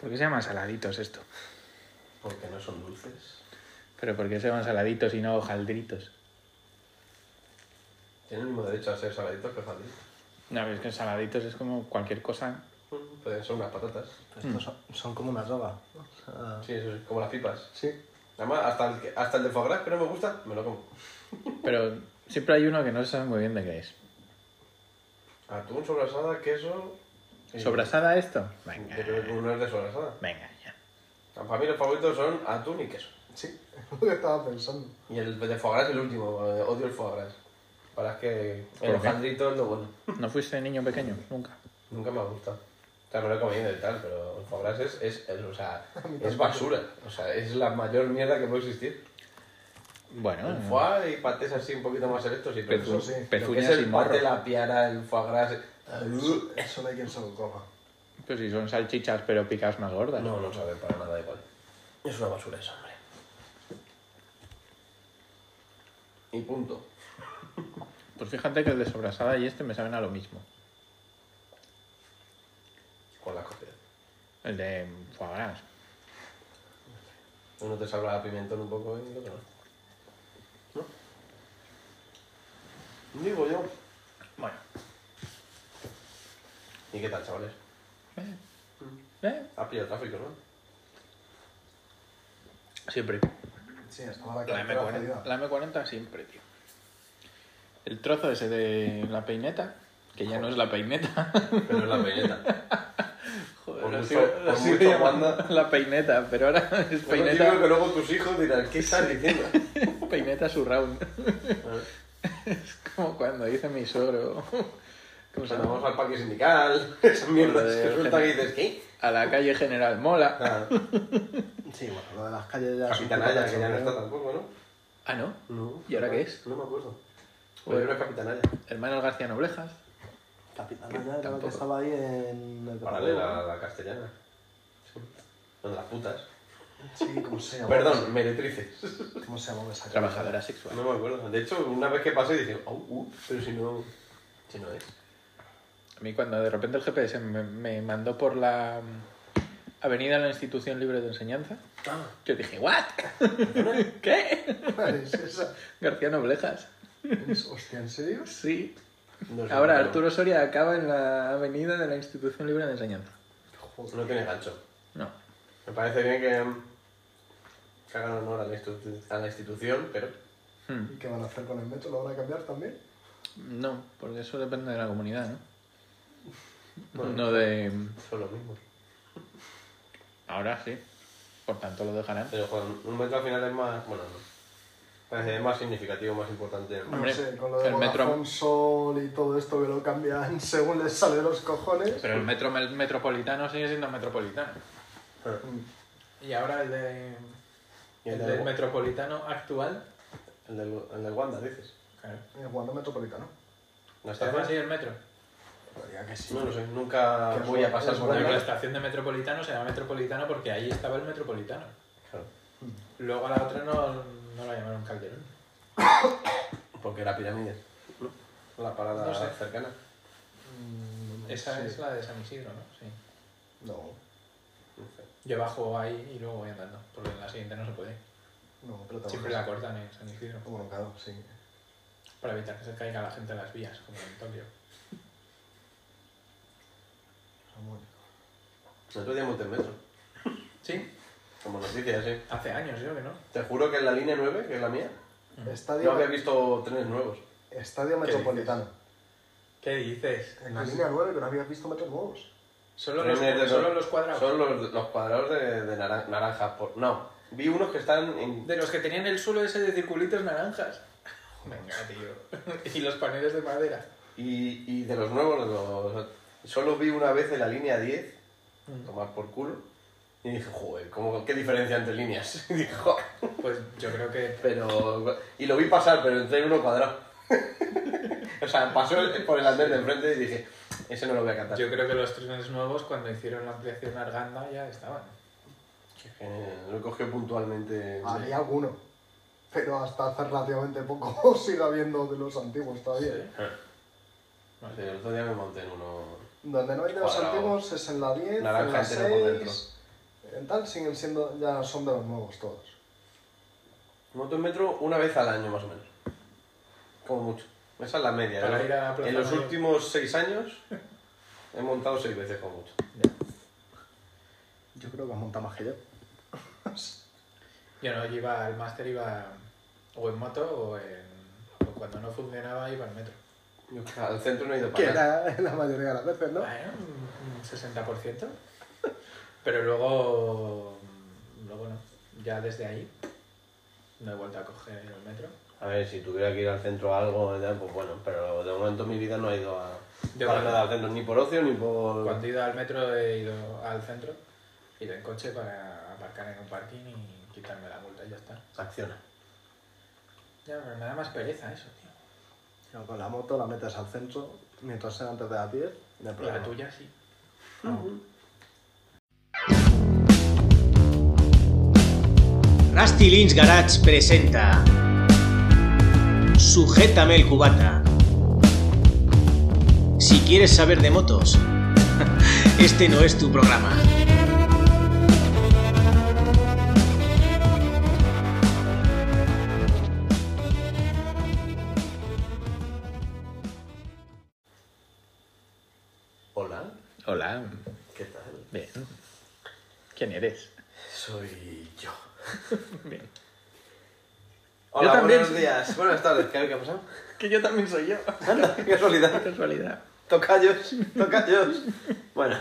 ¿Por qué se llaman saladitos esto? Porque no son dulces. ¿Pero por qué se llaman saladitos y no hojaldritos? Tienen el mismo derecho a ser saladitos que hojaldritos. No, pero es que saladitos es como cualquier cosa. Mm, Pueden ser unas patatas. Estos son, son como una droga. O sea, Sí, eso sí, como las pipas. sí. Además, hasta el, que- hasta el de foie gras que no me gusta, me lo como. Pero siempre hay uno que no se sabe muy bien de qué es. Atún, sobrasada, queso... y- ¿Sobrasada esto? Yo Venga. creo que uno es de sobrasada. Venga, ya. Para mí los favoritos son atún y queso. Sí, es lo que estaba pensando. Y el de foie gras es el último. eh, Odio el foie gras. Para es que ¿Por el qué? hojaldrito es lo bueno. ¿No fuiste niño pequeño? Nunca. Nunca me ha gustado. O sea, me lo he comido y tal, pero el foie gras es, es, es- o sea, es basura. O sea, es la mayor mierda que puede existir. Bueno, eh, El foie y patés así un poquito más selectos y todo Pezu- eso. sí. Lo que pezuñas es y el morro. pate, la piara, el foie gras... Eso, eso no hay quien se lo coma. Pues si son salchichas pero picas más gordas. No, no sabe para nada igual. Es una basura eso, hombre. Y punto. Pues fíjate que el de sobrasada y este me saben a lo mismo. Con la copia. El de foie gras. Uno te salva a pimentón un poco y el otro no. ¿No? Digo yo. Bueno. ¿Y qué tal, chavales? Eh. Eh. Ha pillado tráfico, ¿no? Siempre. Sí, estaba La la carretera M40, jodida. la M40 siempre, tío. El trozo ese de la peineta, que ya no es la peineta. Pero es la peineta. Por lo mucho- sigo- por lo sigo mucho llamando banda. la peineta, pero ahora es Pues Yo digo que peineta, luego tus hijos dirán, ¿qué estás diciendo? peineta surround. Bueno, Es como cuando dice mi suegro. ¿Cómo se llama? vamos al parque sindical, esas mierdas Joder, que resulta que dices, ¿qué? A la calle General Mola. Ah, Sí, bueno, lo de las calles ya... es un Capitanaya, puto que ya no cachondeo. está tampoco, ¿no? Ah, ¿no? No. ¿Y ahora qué es? No me acuerdo. Joder. Pero no es Capitanaya. Hermanos García Noblejas. Capitanaya era la Tampoco. que estaba ahí en... El Paralela a la castellana. Sí. Donde las putas. Sí, ¿cómo se llamaba? Perdón, meretrices. ¿Cómo se llamaba esa calle? Trabajadora sexual. No me acuerdo. De hecho, una vez que pasé dije, "Au, uh, pero si no, si no es. A mí cuando de repente el GPS me, me mandó por la mm, avenida de la Institución Libre de Enseñanza, Ah, yo dije, ¿what? ¿Qué? ¿Cuál es esa? García Noblejas. Es- Hostia, ¿en serio? Sí. no sé, Ahora no- Arturo Soria acaba en la avenida de la Institución Libre de Enseñanza. Joder. No tiene gancho. No. Me parece bien que, mm, que hagan honor a la, institu- a la institución, pero Hmm. ¿Y qué van a hacer con el metro? ¿Lo van a cambiar también? No, porque eso depende de la comunidad, ¿no? Bueno. No de... son lo mismo. Ahora sí. Por tanto lo dejarán. Pero Juan, un metro al final es más. Bueno, no. Parece más significativo, más importante. No Hombre, sé, con lo de el metro- Vodafone Sol y todo esto que lo cambian según les sale de los cojones. Pero el metro el metropolitano sigue siendo metropolitano. Ah, Mm, Y ahora el de... Y el El de- del metropolitano actual. El del, el del Wanda, dices. Claro. El Wanda Metropolitano. ¿La ¿Se llama estación? así el metro? Diría que sí. No lo sé, nunca Que es voy a Wanda, pasar es por Wanda. ahí. Porque la estación de Metropolitano se llama Metropolitano porque ahí estaba el Metropolitano. Claro. Luego a la otra no, no la llamaron Calderón. Porque la pirámide. La parada No sé. cercana. Mm, Esa sí. es la de San Isidro, ¿no? Sí. No, No sé. Yo bajo ahí y luego voy andando, porque en la siguiente no se puede. no, pero te Siempre bajas. la cortan en San Isidro, Bueno, claro, sí. para evitar que se caiga la gente a las vías, como en Tokio. Ramón. El otro día monté en metro. Sí, Como noticia, sí. hace años yo que no. Te juro que en la línea 9, que es la mía, Mm. no Estadio, había visto trenes nuevos. Estadio Metropolitano. ¿Qué dices? Ah, Pues En la línea 9 que no habías visto metros nuevos. Solo los, Trenes de- solo los cuadrados. Son los, los cuadrados de, de naran- naranja. por- no, vi unos que están en... De los que tenían el suelo ese de circulitos naranjas. Venga, tío. y los paneles de madera. Y, y de los nuevos, los, solo vi una vez en la línea 10, Mm. tomar por culo, y dije, joder, ¿cómo, ¿qué diferencia entre líneas? Y dije, "Joder". Pues yo creo que pero... Y lo vi pasar, pero entré en uno cuadrado. o sea, pasó por el andén de enfrente y dije, ese no lo voy a cantar. Yo creo que los trenes nuevos, cuando hicieron la ampliación a Arganda, ya estaban. Eh, lo cogió puntualmente. Había alguno. Pero hasta hace relativamente poco sigue habiendo de los antiguos todavía. Sí, el otro día me monté en uno. Donde no hay de los Cuadrado. antiguos es en la 10, Naranja en la entero por dentro. 6, En tal siguen siendo, ya son de los nuevos todos. Monto en metro una vez al año más o menos. Como mucho. Esa es la media. Para ¿no? ir a la Plaza en los Mayor. últimos seis años he montado seis veces como mucho. Yo creo que has montado más que yo. Yo no, yo iba al máster, iba o en moto o, en, o cuando no funcionaba iba al metro. Yo al centro no he ido Que para nada. era la mayoría de las veces, Ah. ¿no? Bueno, Ah, un 60%. Pero luego, luego no. Ya desde ahí no he vuelto a coger el metro. A ver, si tuviera que ir al centro a algo, ya, pues bueno, pero de momento mi vida no ha ido a Yo para también. nada al centro, ni por ocio ni por. Cuando he ido al metro he ido al centro, he ido en coche para aparcar en un parking y quitarme la multa y ya está. Acciona. Ya, pero me da más pereza eso, tío. Pero con la moto la metes al centro, mientras sea antes de las 10, de La problema. tuya sí. Rusty Lynch Garage presenta Sujétame el cubata. Si quieres saber de motos, este no es tu programa. Hola, Hola, ¿qué tal? bien. ¿Quién eres? Soy yo. Bien. Hola, Yo también buenos soy- días. Buenas tardes, ¿qué, qué ha pasado? Que yo también soy yo. Anda, qué casualidad. Casualidad. Tocayos, tocayos. Bueno,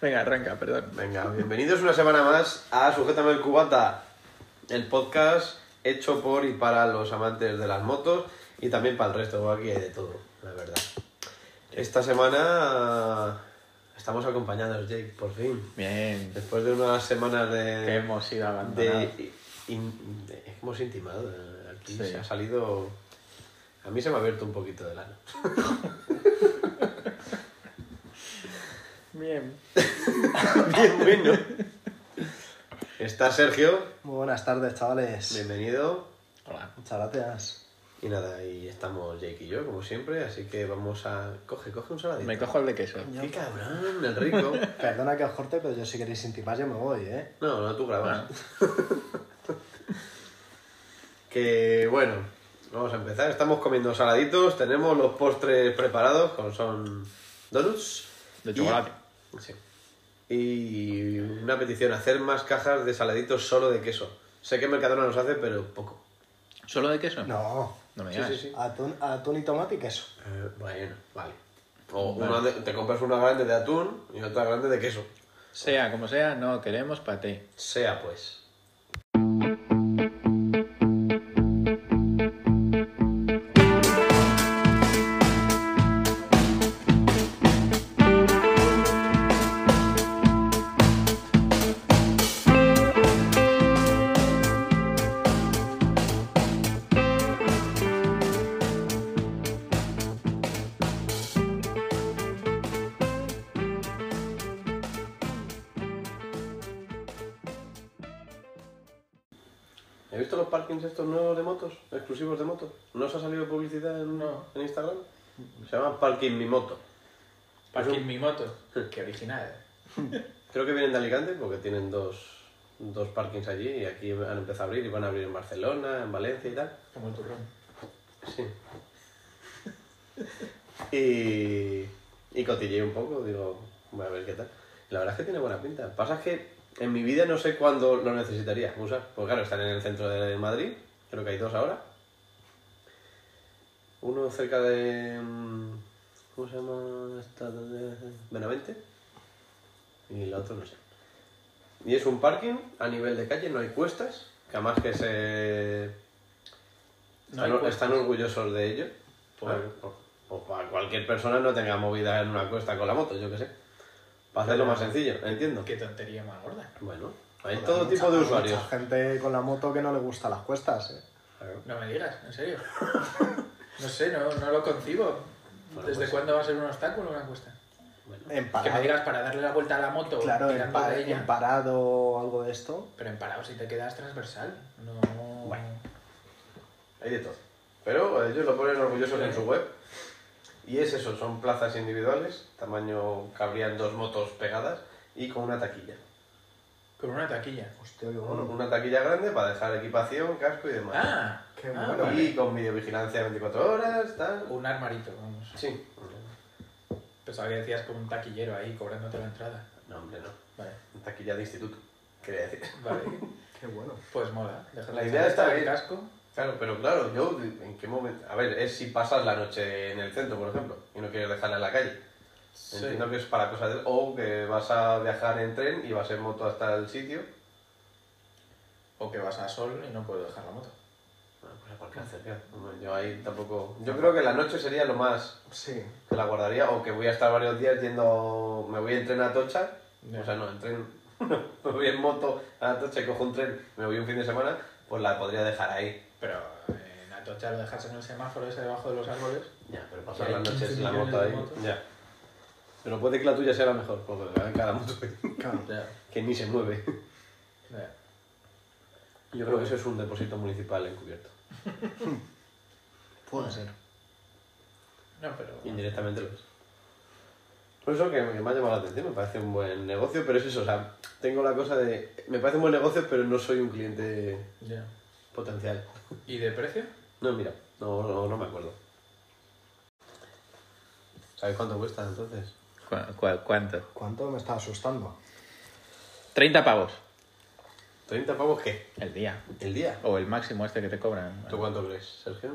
Venga, arranca, perdón. venga, bienvenidos una semana más a Sujétame el Cubata, el podcast hecho por y para los amantes de las motos y también para el resto, porque aquí hay de todo, la verdad. Esta semana estamos acompañados, Jake, por fin. Bien. Después de unas semanas Que de. hemos ido abandonados. de, in- de- hemos intimado, eh, aquí Sí. se ha salido. A mí se me ha abierto un poquito de lana. Bien. Bien, bueno. Está Sergio, Muy buenas tardes, chavales. bienvenido. Hola. Muchas gracias. Y nada, y estamos Jake y yo, como siempre, así que vamos a... Coge, coge un saladito. Me cojo el de queso. ¡Qué cabrón, el rico! Perdona que os corte, pero yo si queréis intimar yo me voy, ¿eh? No, no, tú grabas. Bueno, Que, bueno, vamos a empezar. Estamos comiendo saladitos, tenemos los postres preparados, como son donuts. de y- chocolate. Sí. Y una petición, hacer más cajas de saladitos solo de queso. Sé que Mercadona nos hace, pero poco. ¿Solo de queso? No. No me Sí, digas. sí, sí. Atún, atún y tomate y queso. Eh, bueno, vale. O Vale. una de- te compras una grande de atún y otra grande de queso. Sea como sea, no queremos paté. Sea pues. ¿He visto los parkings estos nuevos de motos? Exclusivos de motos. ¿No os ha salido publicidad en, No. en Instagram? Se llama Parking Mi Moto. Parking mi moto. Qué original. Creo que vienen de Alicante porque tienen dos, dos parkings allí y aquí han empezado a abrir y van a abrir en Barcelona, en Valencia y tal. Como el turrón. Sí. Y, y cotilleé un poco, digo, voy a ver qué tal. La verdad es que tiene buena pinta. Pasa es que en mi vida no sé cuándo lo necesitaría usar. Pues claro, están en el centro de Madrid, creo que hay dos ahora. Uno cerca de... mm, ¿Cómo se llama? esta de- Benavente. Y el otro no sé. Y es un parking a nivel de calle, no hay cuestas, que además que se No están, hay están orgullosos de ello. Pues, Claro. pues- pues para cualquier persona no tenga movida en una cuesta con la moto, yo qué sé. Para hacerlo más sencillo, entiendo. Qué tontería más gorda. Bueno, hay Joder, todo mucha- tipo de usuarios. Mucha gente con la moto que no le gusta las cuestas, ¿eh? Claro. No me digas, en serio. No sé, no, no lo concibo. Bueno, ¿Desde pues- cuándo va a ser un obstáculo una cuesta? Bueno, En Que me parado. digas para darle la vuelta a la moto Claro, en, tirando pa- de ella. en parado o algo de esto. Pero en parado si te quedas transversal. No. Bueno. hay de todo. Pero ellos lo ponen orgullosos en su web. Y es eso, son plazas individuales, tamaño cabrían dos motos pegadas y con una taquilla. Con una taquilla. Hostia, qué Bueno, bueno. Una taquilla grande para dejar equipación, casco y demás. Ah, Qué ah, bueno. vale. y con videovigilancia 24 horas, tal. Un armarito, vamos. Sí. Pensaba que decías como un taquillero ahí cobrándote la entrada. No, hombre, no. Vale, Taquilla de instituto, quería decir. vale. Qué bueno. Pues mola. Dejar La idea chaleta, está el bien. casco. Claro, pero claro, yo, ¿en qué momento? A ver, es si pasas la noche en el centro, por ejemplo, y no quieres dejarla en la calle. Sí. Entiendo que es para cosas de... O que vas a viajar en tren y vas en moto hasta el sitio. O que vas a sol y no puedo dejar la moto. Bueno, pues ¿por qué hacer? tío? Hombre, Yo ahí tampoco... Yo creo que la noche sería lo más Sí. que la guardaría o que voy a estar varios días yendo... Me voy en tren a Tocha. O sea, no, en tren... me voy en moto a Tocha y cojo un tren. Me voy un fin de semana. Pues la podría dejar ahí. Pero eh, en Atocha lo dejas en el semáforo ese debajo de los árboles. Ya, pero Que pasar hay las 15 noches en la millones moto de ahí. motos. Ya. Pero puede que la tuya sea la mejor. Porque en cada moto Claro. Ya. que ni se mueve. ya. Yo creo que eso es un depósito municipal encubierto. Puede ser. No, pero. Indirectamente lo es. Por eso que me me ha llamado la atención, me parece un buen negocio, pero es eso, o sea, tengo la cosa de. Me parece un buen negocio, pero no soy un cliente Ya. potencial. ¿Y de precio? No, mira, no, no, no me acuerdo. ¿Sabes cuánto cuesta entonces? ¿Cu- cu- cuánto ¿Cuánto me está asustando? 30 pavos ¿30 pavos qué? el día. ¿El día? O el máximo este que te cobran. ¿Tú cuánto crees, Sergio?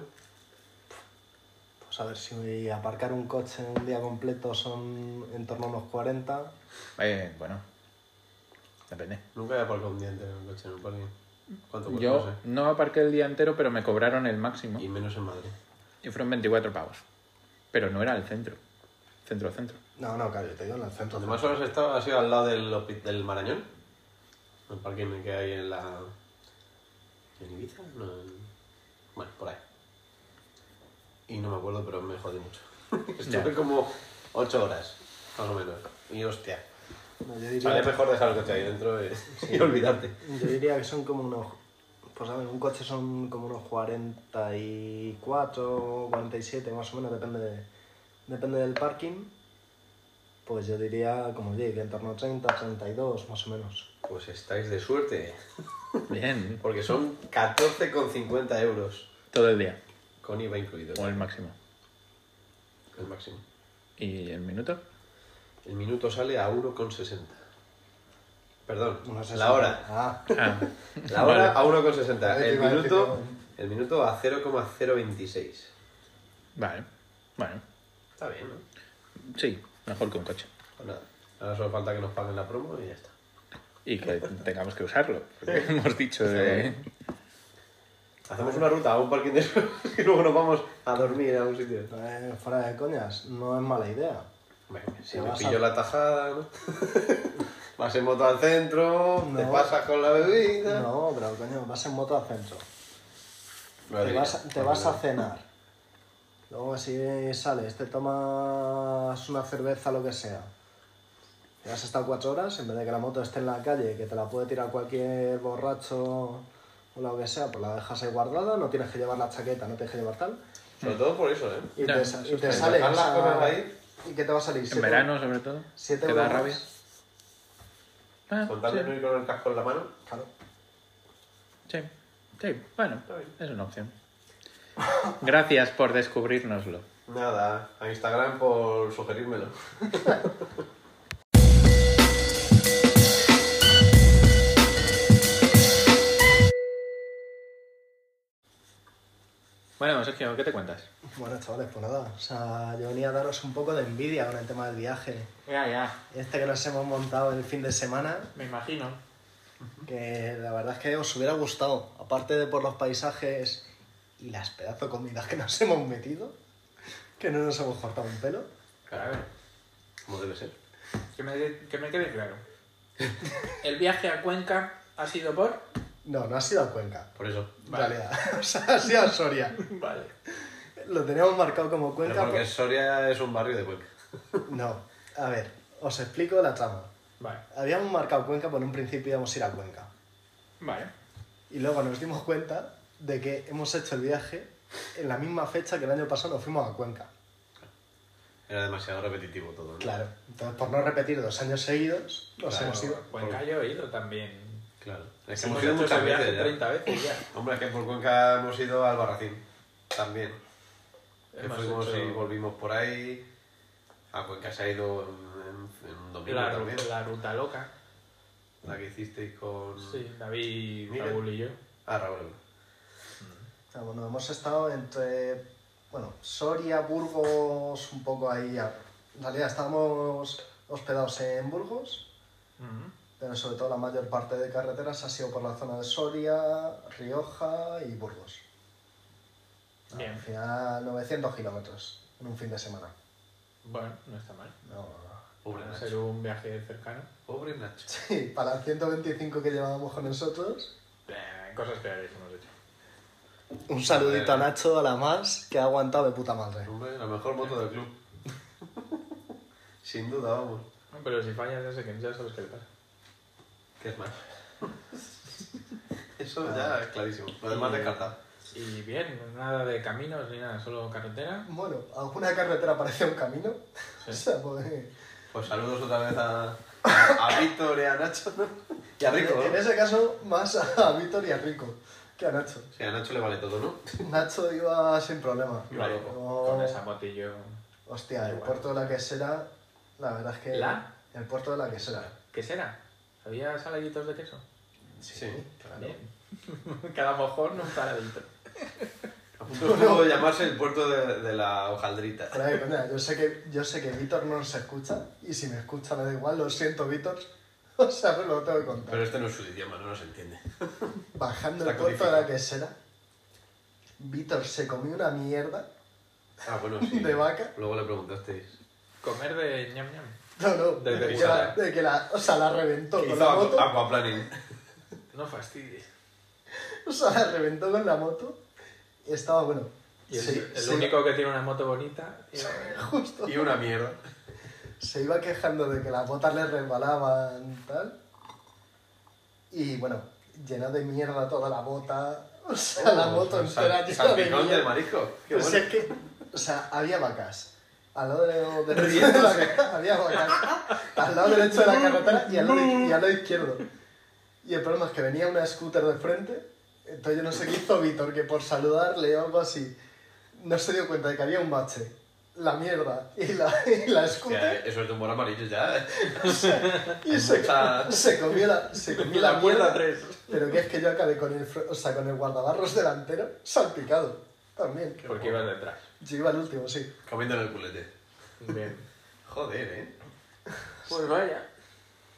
Pues a ver si aparcar un coche un día completo son en torno a unos 40. Eh, bueno, depende. Nunca he aparcado un día entero en un coche en un parking. ¿Cuánto cuesta? Yo Pues No no aparqué el día entero, pero me cobraron el sé. Y máximo. menos en Madrid. Y fueron 24 pavos. Pero no era el centro. Centro, centro. No, no, claro, yo te digo en el centro. Donde más horas has estado ha sido al lado del, hopi- del Marañón. El parking que hay en la. ¿En Ibiza? No, en- Bueno, por ahí. Y no me acuerdo, pero me jodí mucho. Estuve Ya. como 8 horas, más o menos. Y hostia. No, yo, Vale, diría, mejor dejar el coche ahí dentro y, y olvidarte. yo diría que son como unos... Pues a ver, un coche son como unos 44, 47 más o menos, depende, de- depende del parking. Pues yo diría, como os digo, en torno a 30, 32 más o menos. Pues estáis de suerte, Bien, porque son 14,50 euros todo el día. con IVA incluido. O el máximo. El máximo. ¿Y el minuto? El minuto sale a 1,60. Perdón, Unos la 60. hora. Ah, Ah, La hora Vale. a 1,60. Vale, te El iba a decir minuto, que el minuto a 0,026. vale. Bueno, Está bien, ¿no? sí, mejor que un coche. Pues nada. Ahora solo falta que nos paguen la promo y ya está. Y que tengamos que usarlo. Porque hemos dicho de... Hacemos una ruta a un parking de esos y luego nos vamos a dormir a un sitio. eh, fuera de coñas, no es mala idea. Venga, si Te me vas pillo a- la tajada, ¿no? Vas en moto al centro, te No. pasas con la bebida. No, pero coño, vas en moto al centro. Madre te mía, vas, a- te madre vas a mía. cenar. Luego si sales, te tomas una cerveza, lo que sea. Te has estado cuatro horas, en vez de que la moto esté en la calle, que te la puede tirar cualquier borracho o lo que sea, pues la dejas ahí guardada, no tienes que llevar la chaqueta, no tienes que llevar tal. Sobre todo por eso, ¿eh? Y No, te, eso sa- y te bien. sale Dejar las esa- cosas ahí. ¿Y qué te va a salir? En verano, sobre todo. siete ¿Te da euros más. rabia? Ah, Con tal de no ir con el casco en la mano. Claro. Sí, sí, bueno, es una opción. Gracias por descubrirnoslo. Nada, a Instagram por sugerírmelo. Bueno, Sergio, ¿qué te cuentas? Bueno, chavales, pues nada. O sea, yo venía a daros un poco de envidia con el tema del viaje. Ya, ya. Este que nos hemos montado el fin de semana. Me imagino. Que la verdad es que os hubiera gustado, aparte de por los paisajes y las pedazo de comidas que nos hemos metido, que no nos hemos cortado un pelo. A ver, Como debe ser. que me, que me quede claro. El viaje a Cuenca ha sido por. No, no ha sido a Cuenca, Por eso. en realidad. O sea, ha sido a Soria. Vale. Lo teníamos marcado como Pero Cuenca. porque Soria es un barrio de Cuenca. por- No, a ver, os explico la trama. Vale. Habíamos marcado Cuenca, por un principio íbamos a ir a Cuenca. Vale. Y luego nos dimos cuenta de que hemos hecho el viaje en la misma fecha que el año pasado nos fuimos a Cuenca. Era demasiado repetitivo todo, ¿no? Claro. Entonces, por no repetir dos años seguidos, nos Claro. hemos ido. Cuenca yo he ido también. Claro. Es Sí, que hemos hemos ido hecho muchas ese viaje veces ¿eh? ya. 30 veces ya. Hombre, es que por Cuenca hemos ido al Barracín también. Que Hemos fuimos hecho y volvimos por ahí. A Cuenca se ha ido en, en- en un domingo la, también. ru- la ruta loca. La... que hicisteis con... Sí, David, Mira. Raúl y yo. Ah, Raúl. Ah, Bueno, hemos estado entre, bueno, Soria, Burgos, un poco ahí. a- En realidad estábamos hospedados en Burgos, Mm. pero sobre todo la mayor parte de carreteras ha sido por la zona de Soria, Rioja y Burgos. Bien. Ah. Al final, 900 kilómetros en un fin de semana. Bueno, no está mal. No. Pobre Para ser Nacho. un viaje cercano. Pobre Nacho. Sí, para las 125 que llevábamos con nosotros. Eh, cosas peores hemos hecho. Un saludito a Nacho, a la más, que ha aguantado de puta madre. Hombre, la mejor moto del club. Sin duda, vamos. No, Pero si fallas ese que ya sabes qué le pasa. ¿Qué es más? Ah. Eso ya es clarísimo. Lo demás descartado. Y bien, nada de caminos ni nada, solo carretera. Bueno, alguna carretera parece un camino. Sí. O sea, pues, Pues saludos otra vez a, a Víctor y a Nacho, ¿no? Y a Rico, En ¿no? ese caso, más a Víctor y a Rico que a Nacho. Sí, a Nacho le vale todo, ¿no? Nacho iba sin problema. Iba loco. No- Con esa motillo. Hostia, el Igual. puerto de la quesera, la verdad es que. ¿La? El puerto de la quesera. ¿Qué será? ¿Había saladitos de queso? Sí, claro. Bien. Cada mojón un saladito. Pudo llamarse el puerto de, de la hojaldrita. Pero, eh, coño, yo sé que, yo sé que Víctor no nos escucha y si me escucha me da igual, lo siento, Víctor. O sea, pues lo tengo que contar. Pero este no es su idioma, no nos entiende. Bajando Está el puerto de codificado. la quesera, Víctor se comió una mierda. Ah, bueno, sí. ¿De vaca? Luego le preguntasteis. Comer de ñam ñam. No, no, De de, que, la, pisada. de que la- o sea, la reventó con Hizo la moto. aqua- aquaplaning. No fastidies. O sea, la reventó con la moto. Y estaba bueno. Y el, se- el se- único que tiene una moto bonita. era- Justo. Y una mierda. Se iba quejando de que las botas le resbalaban, tal. Y bueno, llena de mierda toda la bota. O sea, la Oh, moto entera Sal- llena de Salpicón mierda. de Pues marisco. Qué O sea, bueno. es que, o sea, había vacas. Al lado de- de- Riéndose. de la ca- había vacas. Al lado derecho de la carretera y al lado, y al lado izquierdo. Y el problema es que venía una scooter de frente. Entonces yo no sé qué hizo Víctor, que por saludarle o algo así, no se dio cuenta de que había un bache. La mierda y la, y la Hostia, scooter. Eso es de humor amarillo ya. eh. Y se, mucha- se comió la, se comió la, La mierda. cuerda 3. Pero que es que yo acabé con el, fr- o sea, con el guardabarros delantero salpicado. También. Porque ibas detrás. Yo iba el último, sí. Comiendo en el culete. Bien. Joder, eh. Pues vaya.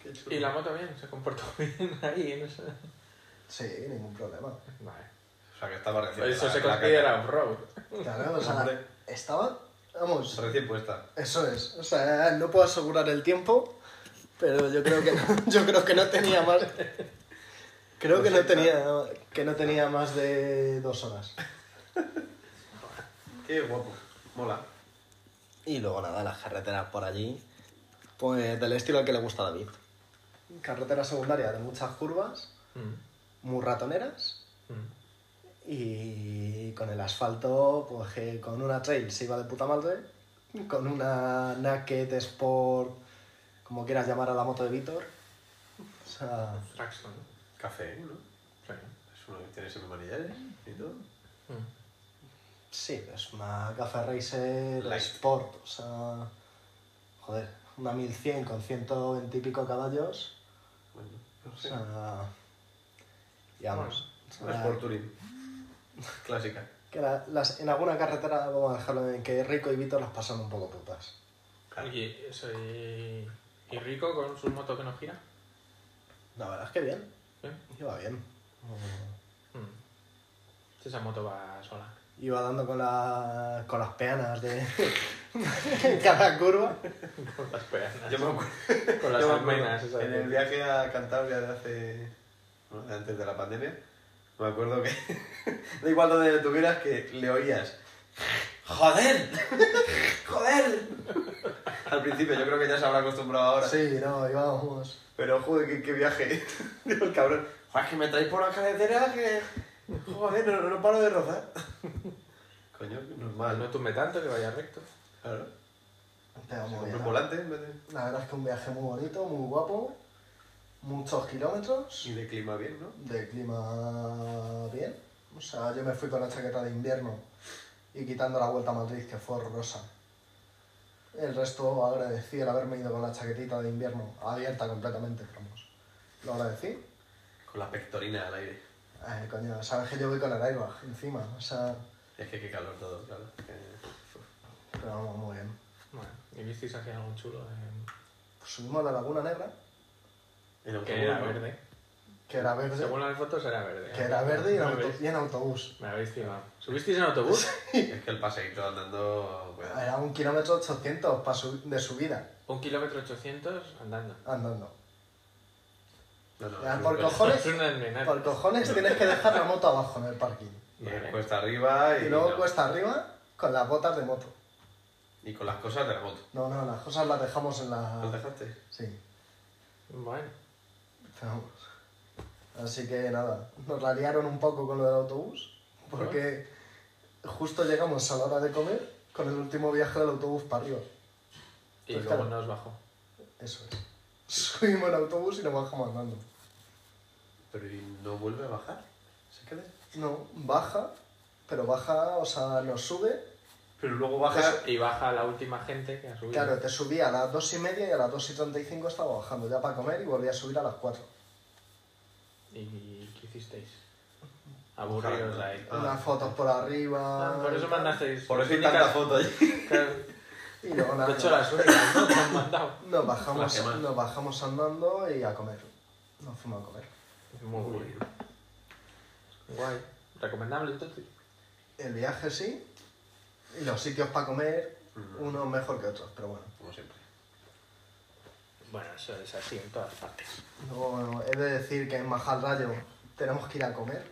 Qué chulo. Y la moto bien, se comportó bien ahí. en esa- Sí, ningún problema. Vale. O sea, que estaba recién. Eso la- se la considera off-road. Claro, o sea, Hombre. estaba. caca. Vamos, Pues Recién puesta. eso es. O sea, no puedo asegurar el tiempo, pero yo creo que no, yo creo que no tenía más. Creo que no tenía que no tenía más de dos horas. Qué guapo. Mola. Y luego nada, las carreteras por allí, pues del estilo al que le gusta a David. Carretera secundaria de muchas curvas, Mm, muy ratoneras mm. y con el asfalto, pues que con una trail se iba de puta madre, con una Naked Sport, como quieras llamar a la moto de Víctor. O sea, Traxxon. Café, ¿no? Claro. Es uno que tiene siempre manillares y todo. Mm. sí, es una Café Racer Light. Sport, o sea, joder, una 1100 con 120 y pico caballos, Bueno, no o sé. sea, digamos. o Es sea, por Turín. Clásica. que la- las- en alguna carretera vamos a dejarlo en que Rico y Víctor las pasan un poco putas. Y, eso, y, y Rico con su moto que no gira. La verdad es que bien, Bien. iba bien. Mm. Esa moto va sola. Iba dando con, la- con las peanas de en cada curva. Con las pernas. Yo me acuerdo. Con las yo me acuerdo, almenas. esas En de- el viaje a Cantabria de hace. Bueno, de antes de la pandemia. Me acuerdo que. da igual donde le tuvieras que le oías. ¡Joder! ¡Joder! Al principio, yo creo que ya se habrá acostumbrado ahora. Sí, no, íbamos. Pero joder, qué, qué viaje. Digo, el cabrón. Joder, que me traéis por la carretera que. Joder, no, no paro de rozar. Coño, Ah, normal, No ¿no? tumbe tanto que vaya recto. Claro. Pero Se muy compró un bien. volante en vez de- La verdad es que un viaje muy bonito, muy guapo, muchos kilómetros, y de clima bien, ¿no? de clima bien. O sea, yo me fui con la chaqueta de invierno y quitando la vuelta a Madrid, que fue horrorosa. El resto agradecí el haberme ido con la chaquetita de invierno abierta completamente, vamos. Lo agradecí. Con la pectorina al aire. Ay, coño, sabes que yo voy con el airbag encima, o sea, Es que qué calor todo, claro. Eh, pero vamos, muy bien. Bueno, ¿y visteis aquí algo chulo? eh? Pues subimos a la Laguna Negra, en autobús, que era ¿no? verde. que era verde, Según las fotos era verde. que era verde y en, Me auto- habéis- y en autobús. Me habéis timado. ¿Subisteis en autobús? Es que el paseíto andando. pues, cuidado. Era un kilómetro 800 pa su- de subida, Un kilómetro 800 andando. andando. No, no, pues, Ya, es por un- cojones. Es una envenenada. Por cojones tienes que dejar la moto abajo en el parking. Y es pues, cuesta arriba y, Y luego no. cuesta arriba con las botas de moto. y con las cosas de la moto. No, no, las cosas las dejamos en ¿Las la... dejaste? Sí, Bueno, pero vamos. Así que nada, nos la liaron un poco con lo del autobús, porque justo llegamos a la hora de comer con el último viaje del autobús para arriba. y Pues luego claro. nos bajó. Eso es. Subimos el autobús y nos bajamos andando. Pero ¿y no vuelve a bajar? ¿Se queda? No, baja, pero baja, o sea, nos sube Pero luego baja- Y baja la última gente que ha subido. Claro, te subía a las 2 y media y a las 2 y 35 estaba bajando ya para comer y volvía a subir a las 4. ¿Y qué hicisteis? Aburridos Ojalá. ahí. Ah. Unas fotos por arriba. Ah, por eso mandasteis. Por eso hay únicas- tanta foto allí. Claro. Y luego nada, De hecho, las únicas ¿no? que han mandado. nos, las que bajamos, más. nos bajamos andando y a comer. Nos fuimos a comer. Muy guay. Guay. Recomendable entonces. El viaje sí, y los sitios para comer, unos mejor que otros, pero bueno. Como siempre. Bueno, eso es así en todas partes. Luego he de decir que en Majalrayo tenemos que ir a comer.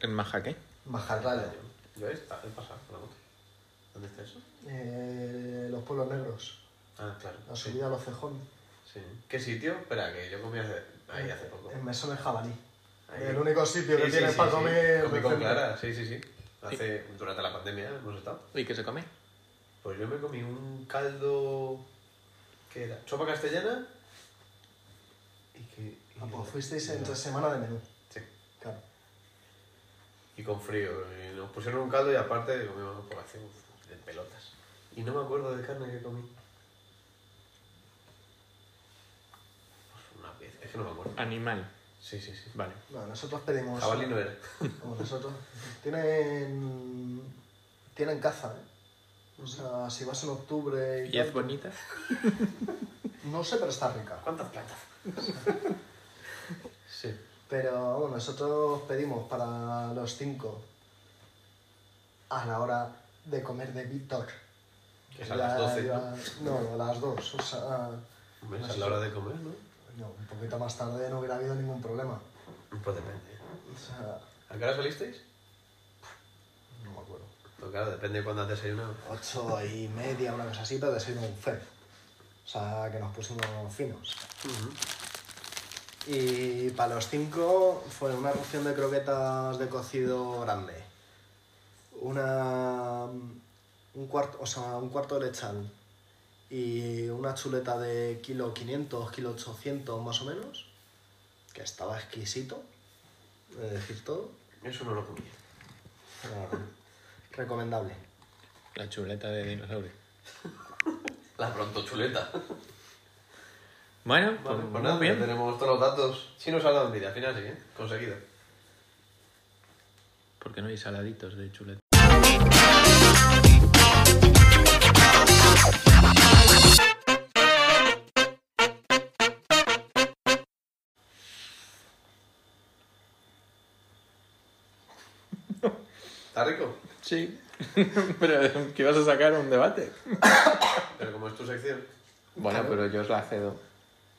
¿En Maja qué? Majalrayo, Yo he pasado con la moto. ¿Dónde está eso? eh, los pueblos negros, Ah, claro. la Sí. subida a los cejones, Sí. ¿Qué sitio? Espera, que yo comí hace- ahí hace poco. en Mesones Jabalí. Ahí. El único sitio que Sí, sí, tienes sí, para sí. comer. Comí con decente. Clara, sí, sí, sí. Hace, durante la pandemia hemos estado. ¿Y qué se come? Pues yo me comí un caldo. ¿Qué era? ¿Sopa castellana? ¿Y que y- Ah, pues fuisteis entre semana de menú. Sí. Claro. Y con frío. y nos pusieron un caldo y aparte comimos porque hacíamos de pelotas. Y no me acuerdo de carne que comí. Pues una pieza. Es que no me acuerdo. Animal. Sí, sí, sí. Vale. No, nosotros pedimos. Jabalí no era. Como nosotros. Tienen. Tienen caza, ¿eh? O sea, si vas en octubre y. ¿Y tal, es bonita? No sé, pero está rica. ¿Cuántas plantas? sí. Pero vamos, nosotros pedimos para los cinco a la hora de comer de Víctor. Que es a las Ya 12. iba- ¿no? no, a las 2. O sea, ¿no? Es a la hora de comer, ¿no? no, un poquito más tarde no hubiera habido ningún problema. Pues depende. O sea, ¿A qué hora salisteis? no me acuerdo. No, claro, depende de cuándo has desayunado. ocho y media, una cosa así, pero de ser un fed. O sea, que nos pusimos finos. Y para los cinco fue una ración de croquetas de cocido grande. Una... Un cuarto, o sea, un cuarto de lechal y una chuleta de kilo 500, kilo 800 más o menos, que estaba exquisito, he de decir todo, Eso no lo comí. pero recomendable. La chuleta de dinosaurio. La pronto chuleta. Bueno, Vale, pues pues nada, muy ya bien. tenemos todos los datos. Sí nos ha dado envidia, al final sí, ¿eh? Conseguido. Porque no hay saladitos de chuleta. Está rico. Sí. Pero que ibas a sacar un debate. Pero como es tu sección, Bueno, pero yo os la cedo.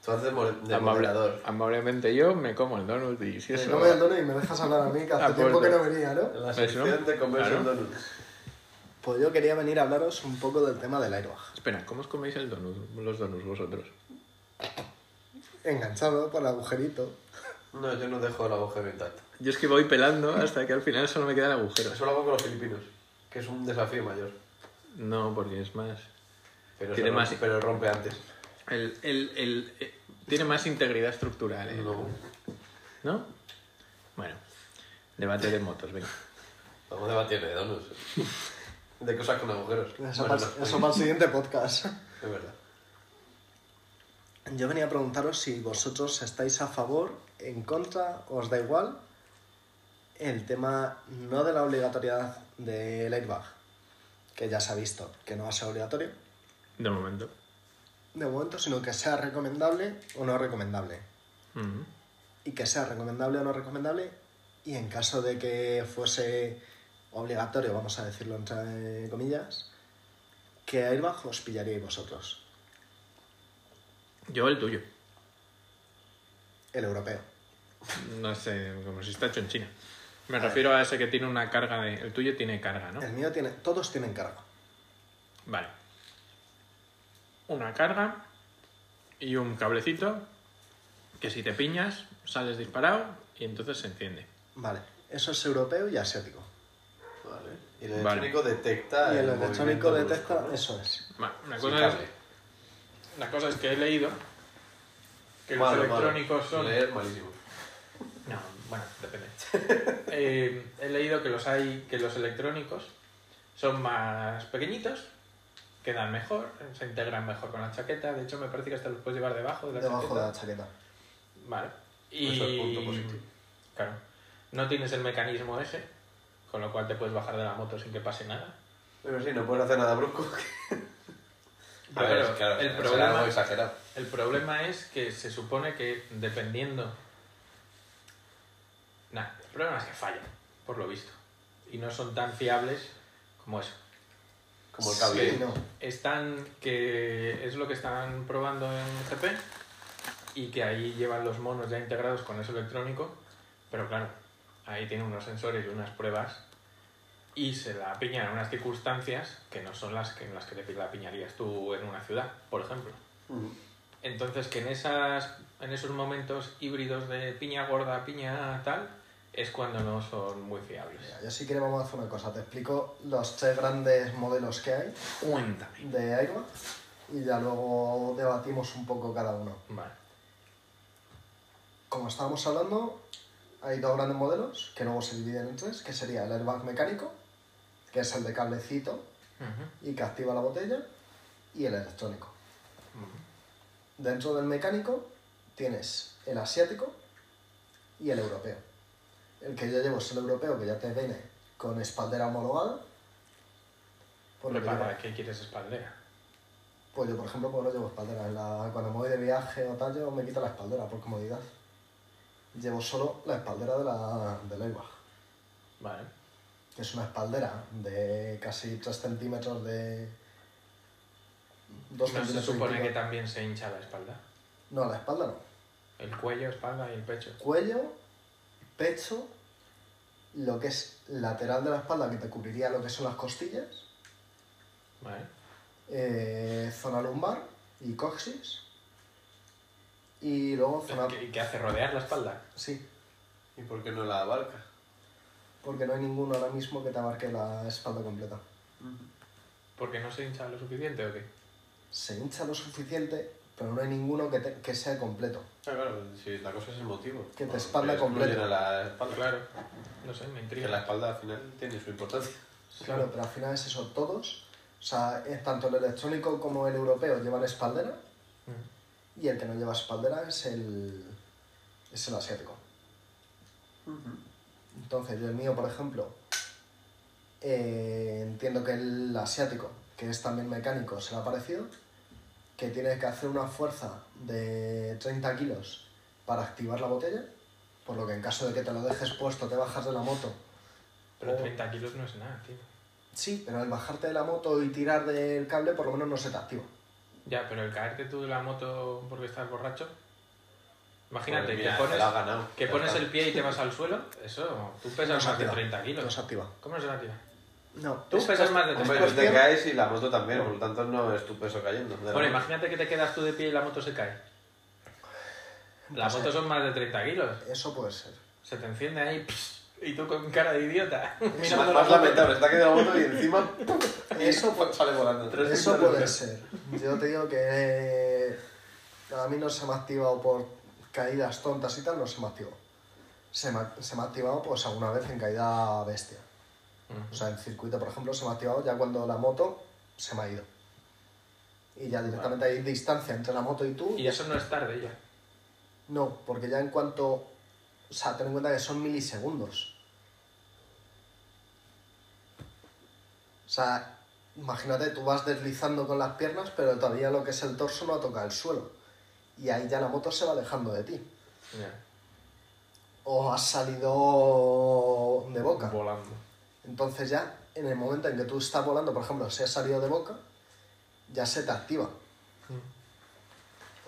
tú haces de, mo- de Amable- moderador. Amablemente yo me como el donut y si Eh, eso... No me dones y me dejas hablar a mí, que hace Ah, pues tiempo que no. no venía, ¿no? En la Eso, sección de comer claro. un donut. Pues yo quería venir a hablaros un poco del tema del airbag. Espera, ¿cómo os coméis el donut, los donuts vosotros? Enganchado por el agujerito. No, yo no dejo la hoja bien intacta. Yo es que voy pelando hasta que al final solo me quedan agujeros. Eso lo hago con los filipinos, que es un desafío mayor. No, porque es más... Pero, Tiene se más- rompe- pero rompe antes. El, el- el- eh, tiene más integridad estructural, ¿eh? No. ¿No? Bueno, debate de motos, venga. Vamos a debatir de donos. De cosas con agujeros. Bueno, Eso, para, no, eso para el siguiente podcast. Es verdad. Yo venía a preguntaros si vosotros estáis a favor, en contra, os da igual el tema no de la obligatoriedad del airbag, que ya se ha visto que no va a ser obligatorio De momento. de momento, sino que sea recomendable o no recomendable. Ujú. y que sea recomendable o no recomendable y en caso de que fuese obligatorio, vamos a decirlo entre comillas, que airbag os pillaríais vosotros, Yo el tuyo. el europeo. No sé, como si está hecho en China. Me refiero a ese que tiene una carga de... El tuyo tiene carga, ¿no? El mío tiene, todos tienen carga. Vale. Una carga y un cablecito que si te piñas sales disparado y entonces se enciende. Vale, eso es europeo y asiático. Vale. Y el Vale. electrónico detecta. y Ah, el electrónico movimiento de los detecta, conos. eso es. Vale, una Sin cosa, es, cable. la cosa es que he leído que los Malo, malo. electrónicos son... Leer malísimo. No, bueno, depende. Eh, he leído que los hay, que los electrónicos son más pequeñitos, quedan mejor, se integran mejor con la chaqueta. De hecho, me parece que hasta los puedes llevar debajo de la Debajo de chaqueta. la chaqueta. Vale. Y... Eso es punto positivo. Claro. No tienes el mecanismo ese, con lo cual te puedes bajar de la moto sin que pase nada. Pero sí, no puedes hacer nada brusco. A ver, el será problema- algo exagerado. El problema es que se supone que dependiendo... Nah, el problema es que fallan, por lo visto. Y no son tan fiables como eso. Como el cable. Sí, no. están que es lo que están probando en GP y que ahí llevan los monos ya integrados con eso electrónico pero claro ahí tienen unos sensores y unas pruebas y se la piñan en unas circunstancias que no son las que en las que te la piñarías tú en una ciudad por ejemplo Ujú. entonces que en esas en esos momentos híbridos de piña gorda piña tal es cuando no son muy fiables Mira, Yo sí que vamos a hacer una cosa, te explico los tres grandes modelos que hay cuéntame de airbag y ya luego debatimos un poco cada uno. vale como estábamos hablando, hay dos grandes modelos que luego se dividen en tres, que sería el airbag mecánico, que es el de cablecito Ujú, y que activa la botella, y el electrónico. ujú. Dentro del mecánico tienes el asiático y el europeo. El que yo llevo es el europeo, que ya te viene con espaldera homologada. Por lo que Prepara, yo- ¿qué quieres espaldera? pues yo, por ejemplo, pues no llevo espaldera. En la- cuando me voy de viaje o tal, yo me quito la espaldera por comodidad. Llevo solo la espaldera de la, del airbag. Vale. que es una espaldera de casi 3 centímetros de... 2 No se centímetros supone y que pico. también se hincha la espalda. No, la espalda no. El cuello, espalda y el pecho. Cuello, pecho, lo que es lateral de la espalda, que te cubriría lo que son las costillas, Vale. eh, zona lumbar y coxis, y luego zona... ¿Y qué- ¿Y qué hace rodear la espalda? Sí, ¿Y por qué no la abarca? porque no hay ninguno ahora mismo que te abarque la espalda completa. ¿Porque no se hincha lo suficiente o qué? Se hincha lo suficiente, pero no hay ninguno que, te- que sea completo. Ah, claro, si la cosa es el motivo. Que te Bueno, espalda excluyen completa. a la espalda. Claro. No sé, me intriga. Que la espalda al final tiene su importancia. Claro, pero al final es eso, todos, o sea, es tanto el electrónico como el europeo llevan espaldera Mm. y el que no lleva espaldera es el, es el asiático. Entonces, yo el mío, por ejemplo, eh, entiendo que el asiático, que es también mecánico, será parecido, que tiene que hacer una fuerza de 30 kilos para activar la botella, por lo que en caso de que te lo dejes puesto, te bajas de la moto Pero Oh. 30 kilos no es nada, tío. Sí, pero al bajarte de la moto y tirar del cable, por lo menos no se te activa. Ya, pero el caerte tú de la moto porque estás borracho. Imagínate Madre mía, que te la has pones, ganado. que Ya pones está. el pie y te vas al suelo. Eso, tú No pesas se más de activa. 30 No se kilos. activa. ¿Cómo se la tira? No. Tú es pesas cuest- más de Hombre, 30 tú kilos. te cuestión- caes y la moto también, por lo tanto no es tu peso cayendo. de la Bueno, moto. imagínate que te quedas tú de pie y la moto se cae. Las Pues, Pues motos son más de 30 kilos. Eso puede ser. Se te enciende ahí. pss, Y tú con cara de idiota. Es más, más lamentable, está quedando la moto y encima Eso pu- sale volando. Eso puede ser. Yo te digo que eh, a mí no se me ha activado por caídas tontas y tal, no se me activó. Se me, ha- se me ha activado pues alguna vez en caída bestia. O sea, en circuito, por ejemplo, se me ha activado ya cuando la moto se me ha ido. Y ya directamente hay distancia entre la moto y tú. Y eso no es tarde ya. No, porque ya en cuanto... O sea, ten en cuenta que son milisegundos. O sea, imagínate, tú vas deslizando con las piernas, pero todavía lo que es el torso no ha tocado el suelo. Y ahí ya la moto se va alejando de ti. Ya, O has salido de boca. Volando. Entonces ya, en el momento en que tú estás volando, por ejemplo, si has salido de boca, ya se te activa.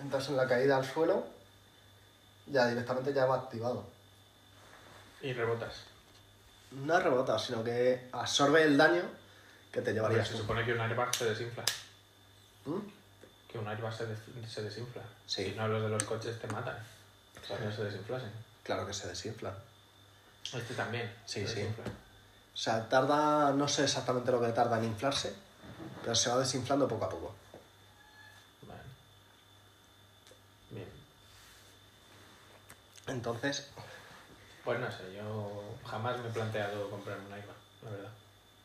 Entras en la caída al suelo, ya directamente ya va activado. Y rebotas. No es rebota, sino que absorbe el daño que Porque te llevarías se tú. supone que un airbag se desinfla. ¿Mm? Que un airbag se, des- se desinfla. Sí. Si no, los de los coches te matan. O sea, no se desinflasen. Claro que se desinfla. Este también. Sí, se sí. desinfla. O sea, tarda, no sé exactamente lo que tarda en inflarse, pero se va desinflando poco a poco. Vale. Bien. Entonces, Pues no sé, yo jamás me he planteado comprarme un airbag, la verdad.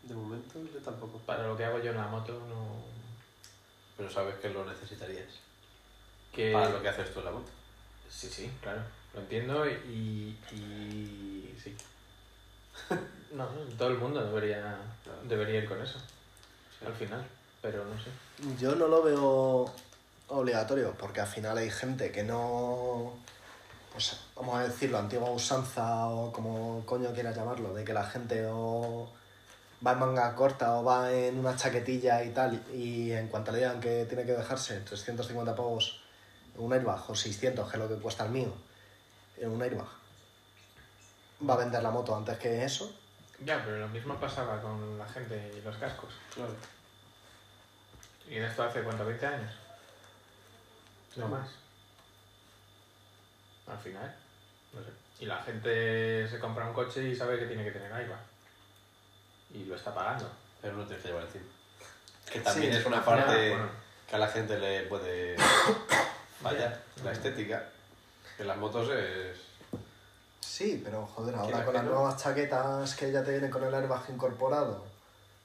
De momento yo tampoco. Para lo que hago yo en la moto, no. Pero sabes que lo necesitarías. Que... Para lo que haces tú en la moto. Sí, sí, claro. Lo entiendo y. y sí. No, todo el mundo debería, Claro. debería ir con eso. Al final. Pero no sé. yo no lo veo obligatorio, porque al final hay gente que no. Pues vamos a decirlo, antigua usanza o como coño quieras llamarlo, de que la gente o va en manga corta o va en una chaquetilla y tal, y en cuanto le digan que tiene que dejarse 350 pavos en un airbag o 600, que es lo que cuesta el mío, en un airbag, va a vender la moto antes que eso. Ya, pero lo mismo pasaba con la gente y los cascos. Claro. ¿Y en esto hace cuánto? ¿20 años? No más. Al final. No sé. Y la gente se compra un coche y sabe que tiene que tener airbag. Y lo está pagando. Pero no tienes que llevar encima. Que también Sí, es una al final, parte bueno. que a la gente le puede fallar. La estética. Que las motos es. Sí, pero joder, Quieras ahora con que las no. nuevas chaquetas que ya te vienen con el airbag incorporado,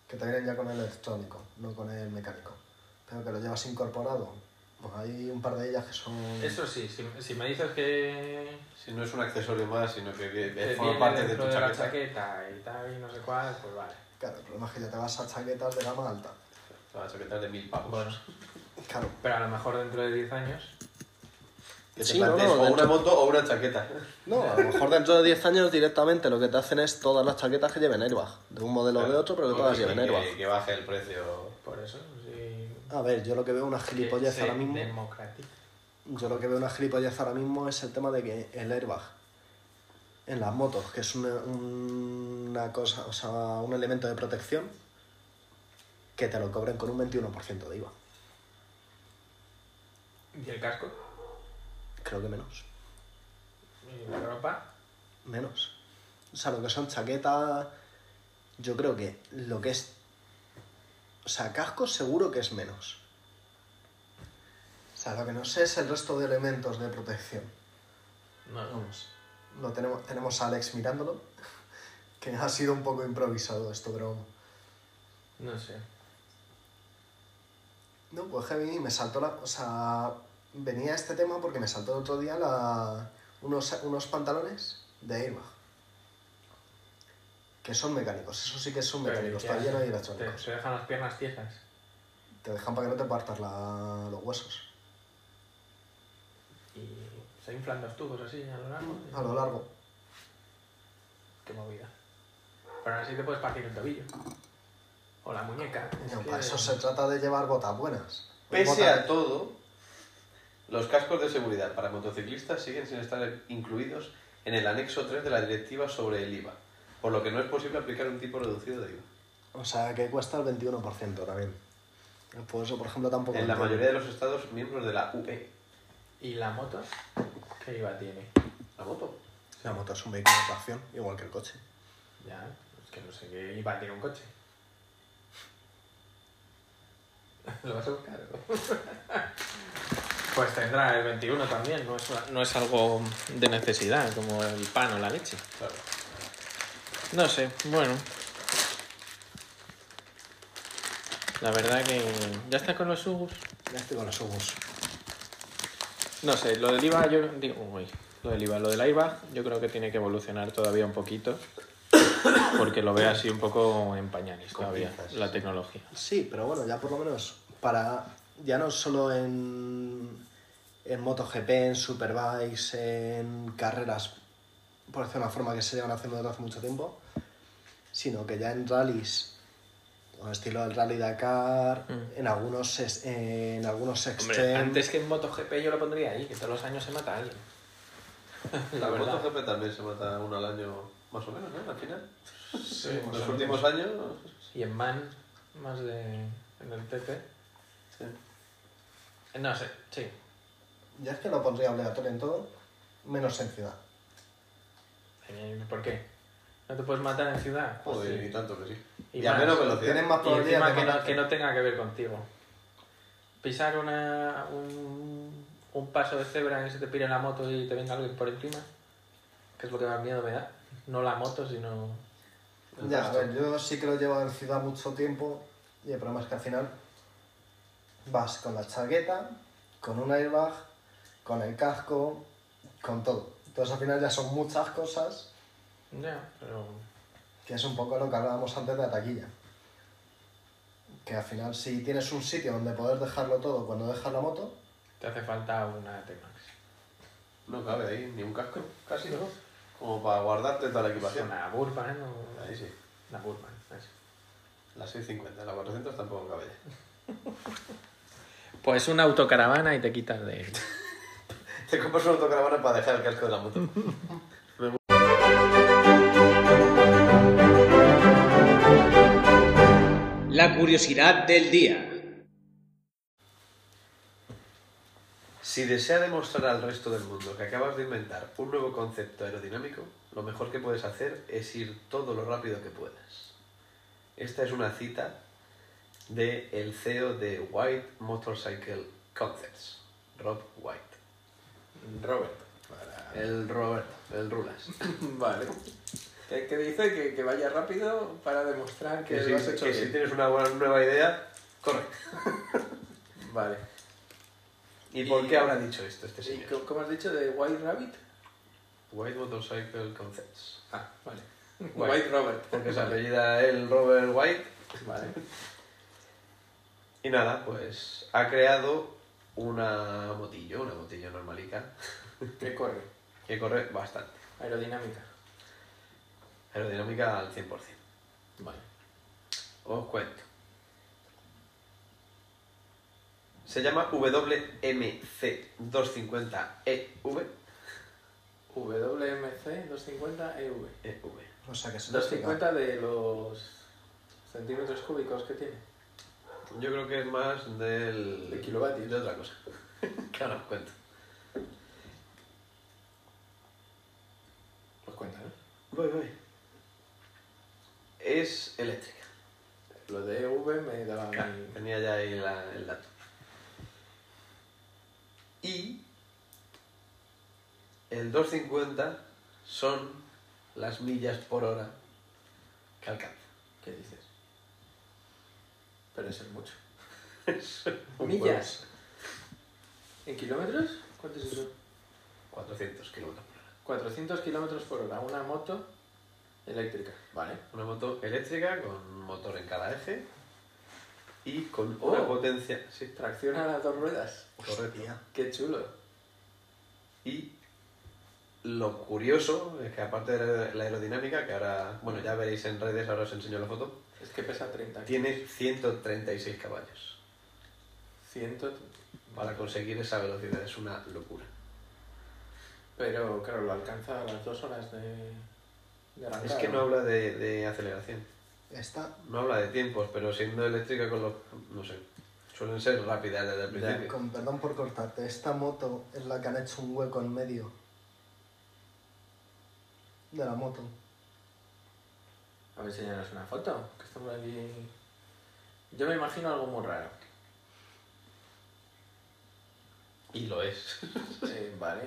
que te vienen ya con el electrónico, no con el mecánico, pero que lo llevas incorporado, pues hay un par de ellas que son... Eso sí, si, si me dices que. Si no es un accesorio más, sino que, que- que que forma viene parte de dentro tu de la chaqueta. chaqueta y tal, y no sé cuál, pues vale. Claro, el problema es que ya te vas a chaquetas de gama alta. La chaqueta es de mil pavos. Bueno, Claro, pero a lo mejor dentro de 10 años. Que te Sí, no, plantees no, o de una hecho- moto o una chaqueta. No, a lo mejor dentro de 10 años directamente lo que te hacen es todas las chaquetas que lleven airbag. De un modelo o de otro, pero que Bueno, todas sí, lleven que, airbag. que baje el precio. Por eso, sí. A ver, yo lo que veo una gilipollez se ahora mismo... democratiza. Yo lo que veo una gilipollez ahora mismo es el tema de que el airbag en las motos, que es una, una cosa, o sea, un elemento de protección, que te lo cobren con un 21% de IVA. ¿Y el casco? Creo que menos. ¿Y la ropa? Menos. O sea, lo que son chaquetas, yo creo que lo que es... O sea, casco seguro que es menos. O sea, lo que no sé es el resto de elementos de protección. No, Vamos, lo tenemos, tenemos a Alex mirándolo, que ha sido un poco improvisado esto, pero... no sé. No, pues que a mí me saltó la... O sea, venía este tema porque me saltó el otro día la, unos, unos pantalones de Airbag. Que son mecánicos, eso sí que son Pero, mecánicos, ¿qué todavía no hay hacen? Te, electrónicos. se dejan las piernas tiejas. Te dejan para que no te partas la- los huesos Y se inflan los tubos así a lo largo. a lo largo. Qué movida. Pero aún así te puedes partir el tobillo. O la muñeca. Es No, que- para eso se trata de llevar botas buenas. Pese Botas- a todo, los cascos de seguridad para motociclistas siguen sin estar incluidos en el anexo 3 de la directiva sobre el IVA, por lo que no es posible aplicar un tipo reducido de IVA. O sea, que cuesta el 21% también. Por eso, por ejemplo, tampoco... En la entiendo. mayoría de E, los estados miembros de la UE, ¿Y la moto? ¿Qué IVA tiene? la moto, La moto es un vehículo de tracción, igual que el coche. Ya, es que no sé qué IVA tiene un coche. ¿Lo vas a buscar? pues tendrá el 21 también, no es, una- no es algo de necesidad, como el pan o la leche. Claro. No sé, bueno. La verdad que. ¿Ya está con los sugus? Ya estoy con los ojos. No sé, lo del IVA, yo digo, uy, lo del IVA, lo del IVA, yo creo que tiene que evolucionar todavía un poquito, porque lo veo así un poco en pañales Con todavía, pinzas. la tecnología. Sí, pero bueno, ya por lo menos para. Ya no solo en. En MotoGP, en Superbikes, en carreras, por decir una forma que se llevan haciendo desde hace mucho tiempo, sino que ya en rallies, o estilo del Rally Dakar, Mm. en algunos es- en algunos Hombre, extrem- antes que en MotoGP yo lo pondría ahí, que todos los años se mata alguien. La La verdad. MotoGP también se mata uno al año, más o menos, ¿no? Al final. Sí, En los últimos años. pues, Y en MAN, más de... en el TT. sí. No sé, sí. Ya es que lo pondría obligatorio en todo, menos en ciudad. Eh, ¿Por qué? ¿No te puedes matar en ciudad? Pues Joder, sí. y tanto que sí. Y Y, a más, menos velocidad. Tienen más Y encima probabilidades de que no, matarte. que no tenga que ver contigo. Pisar una, un, un paso de cebra y se te pire la moto y te venga alguien por encima, que es lo que más miedo me da. No la moto, sino... el Ya, a resto. ver, yo sí que lo llevo en ciudad mucho tiempo y el problema es que al final vas con la chaqueta, con un airbag, con el casco, con todo. Entonces al final ya son muchas cosas Ya, pero... que es un poco lo que hablábamos antes de la taquilla. Que al final si tienes un sitio donde poder dejarlo todo cuando dejas la moto, Te hace falta una T-Max. No cabe ahí, ni un casco, casi, ¿no? Como para guardarte toda la Es equipación. Una Burman o... Ahí sí. Una Burman, eso. La 650, la 400 tampoco cabe ya. Pues una autocaravana y te quitas de... Te compras una autocaravana para dejar el casco de la moto. La curiosidad del día. Si desea demostrar al resto del mundo que acabas de inventar un nuevo concepto aerodinámico, lo mejor que puedes hacer es ir todo lo rápido que puedas. Esta es una cita de el CEO de White Motorcycle Concepts, Rob White. Robert. El Robert, el Rulas. Vale. Que, dice que, vaya rápido para demostrar Que, si, que si tienes una buena nueva idea, corre. Vale. ¿Y, Y- por qué habrá dicho esto este ¿Y señor? co- cómo has dicho de White Rabbit? White Motorcycle Concepts. Ah, vale. White, White. Robert. Porque se apellida el Robert White Vale. Y nada, pues ha creado una motillo, una motillo normalica, Que corre. que corre bastante. Aerodinámica. Aerodinámica al 100%. Vale. Os cuento. Se llama WMC250EV. WMC 250EV. EV. o sea que se te explica. 250 de los centímetros cúbicos que tiene. Yo creo que es más del. De kilovatios. De otra cosa. que ahora os cuento. Pues cuéntalo. Voy, voy. Es eléctrica. Lo de EV me daba Claro, mi- tenía ya ahí la- el dato. Y el 250 son las millas por hora que alcanza. ¿Qué dices? Pero eso es mucho. Un ¿Millas? ¿En kilómetros? ¿Cuánto es eso? huevo, 400 kilómetros por hora. 400 kilómetros por hora. Una moto eléctrica. Vale. Una moto eléctrica con motor en cada eje y con una Oh. potencia. Sí, Tracciona las dos ruedas. correcto. Hostia. Qué chulo. Y lo curioso es que aparte de la aerodinámica, que ahora, bueno, ya veréis en redes, ahora os enseño la foto, Es que pesa 30 tiene 136 caballos. 100, Para conseguir esa velocidad es una locura. pero claro, lo alcanza a las dos horas de, de arrancar, Es que no habla de, de aceleración, Esta, no habla de tiempos, pero siendo eléctrica con los... no sé, suelen ser rápidas desde el Ya, principio. con perdón por cortarte, esta moto es la que han hecho un hueco en medio de la moto. A ver, enseñaros una foto, que estamos aquí... Yo me imagino algo muy raro. Y lo es. Eh, vale.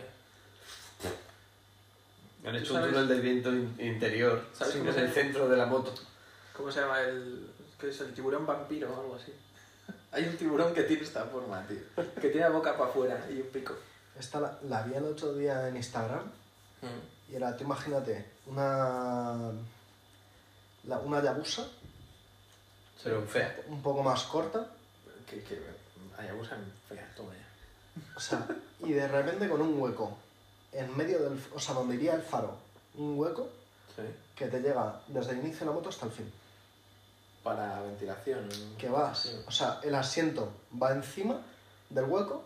Han hecho un ¿Sabes? túnel de viento in- interior. ¿Sabes Sí, cómo en se- el centro de la moto. ¿Cómo se llama el...? ¿Qué es? ¿El tiburón vampiro o algo así? Hay un tiburón que tiene esta forma, tío. Que tiene la boca para afuera y un pico. Esta la, la vi el otro día en Instagram Mm. y era, tú imagínate, una, la- una yabusa Pero fea. un poco más corta, Que, que Hayabusa fea, toma ya. o sea, y de repente con un hueco en medio del, o sea, donde iría el faro, un hueco Sí. que te llega desde el inicio de la moto hasta el fin. Para ventilación. Que vas, Sí. o sea, el asiento va encima del hueco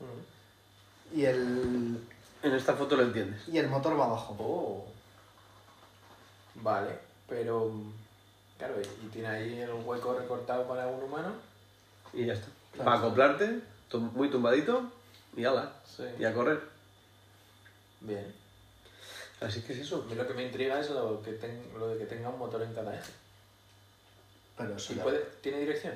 Mm. y el, En esta foto lo entiendes. y el motor va abajo. Oh. Vale, pero... mm, Claro, y y tiene ahí el hueco recortado para un humano. Y ya está. Claro. Para acoplarte, tum- muy tumbadito, y ala. Sí. Y a correr. Bien. Así que es A eso. mí lo que me intriga es lo, que ten- lo de que tenga un motor en cada eje. Pero eso ¿Y ya- puede- ¿Tiene dirección?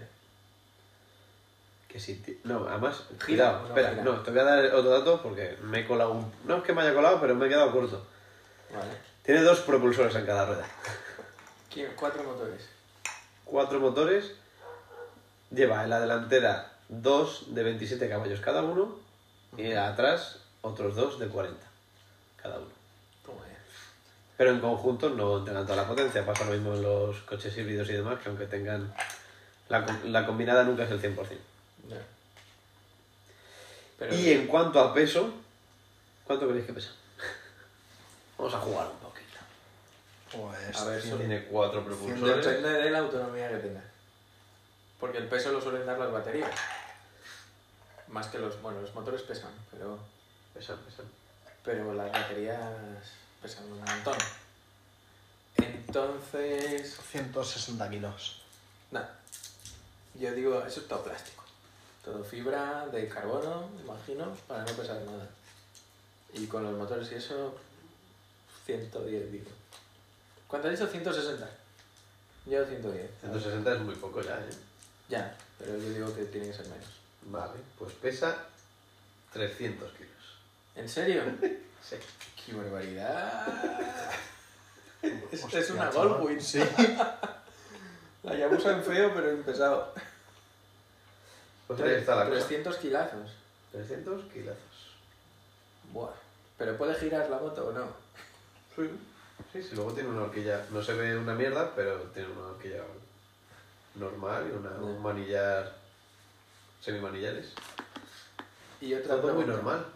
Que si ti- No, además, Gira, cuidado, no, espera, gira. no, te voy a dar otro dato porque me he colado un... No es que me haya colado, pero me he quedado corto. Vale. Tiene dos propulsores en cada rueda. ¿Qué- Cuatro motores. Cuatro motores. Lleva en la delantera dos de 27 caballos cada uno y atrás otros dos de 40 cada uno. Toma ya. Pero en conjunto no tengan toda la potencia. Pasa lo mismo en los coches híbridos y demás, que aunque tengan... La, com- la combinada nunca es el 100%. Ya. Pero, Y en cuanto a peso, ¿cuánto creéis que pesa? Vamos a jugar un poquito. Pues, A ver, tío, Eso tiene cuatro propulsores. Depende de la autonomía que tenga. Porque el peso lo suelen dar las baterías. Más que los... Bueno, los motores pesan, pero... Pesan, pesan. Pero las baterías pesan un montón. Entonces... 160 kilos. Nada. Yo digo, eso es todo plástico. Todo fibra de carbono, imagino, para no pesar nada. Y con los motores y eso, 110 digo. ¿Cuánto has dicho? 160. Yo 110. 160 es muy poco ya, ¿eh? Ya, pero yo digo que tiene que ser menos. Vale, pues pesa 300 kilos. ¿En serio? Sí. ¡Qué barbaridad! es, es Hostia, una chaval. Goldwyn. Sí. La Yabusa en feo, pero en pesado. Pues ahí está la cosa. 300 kilazos. 300 kilazos. Buah. ¿Pero puede girar la moto o no? Sí. Sí, sí, luego tiene una horquilla. No se ve una mierda, pero tiene una horquilla normal y una, un manillar. semimanillares. Y otra Todo muy pregunta. normal.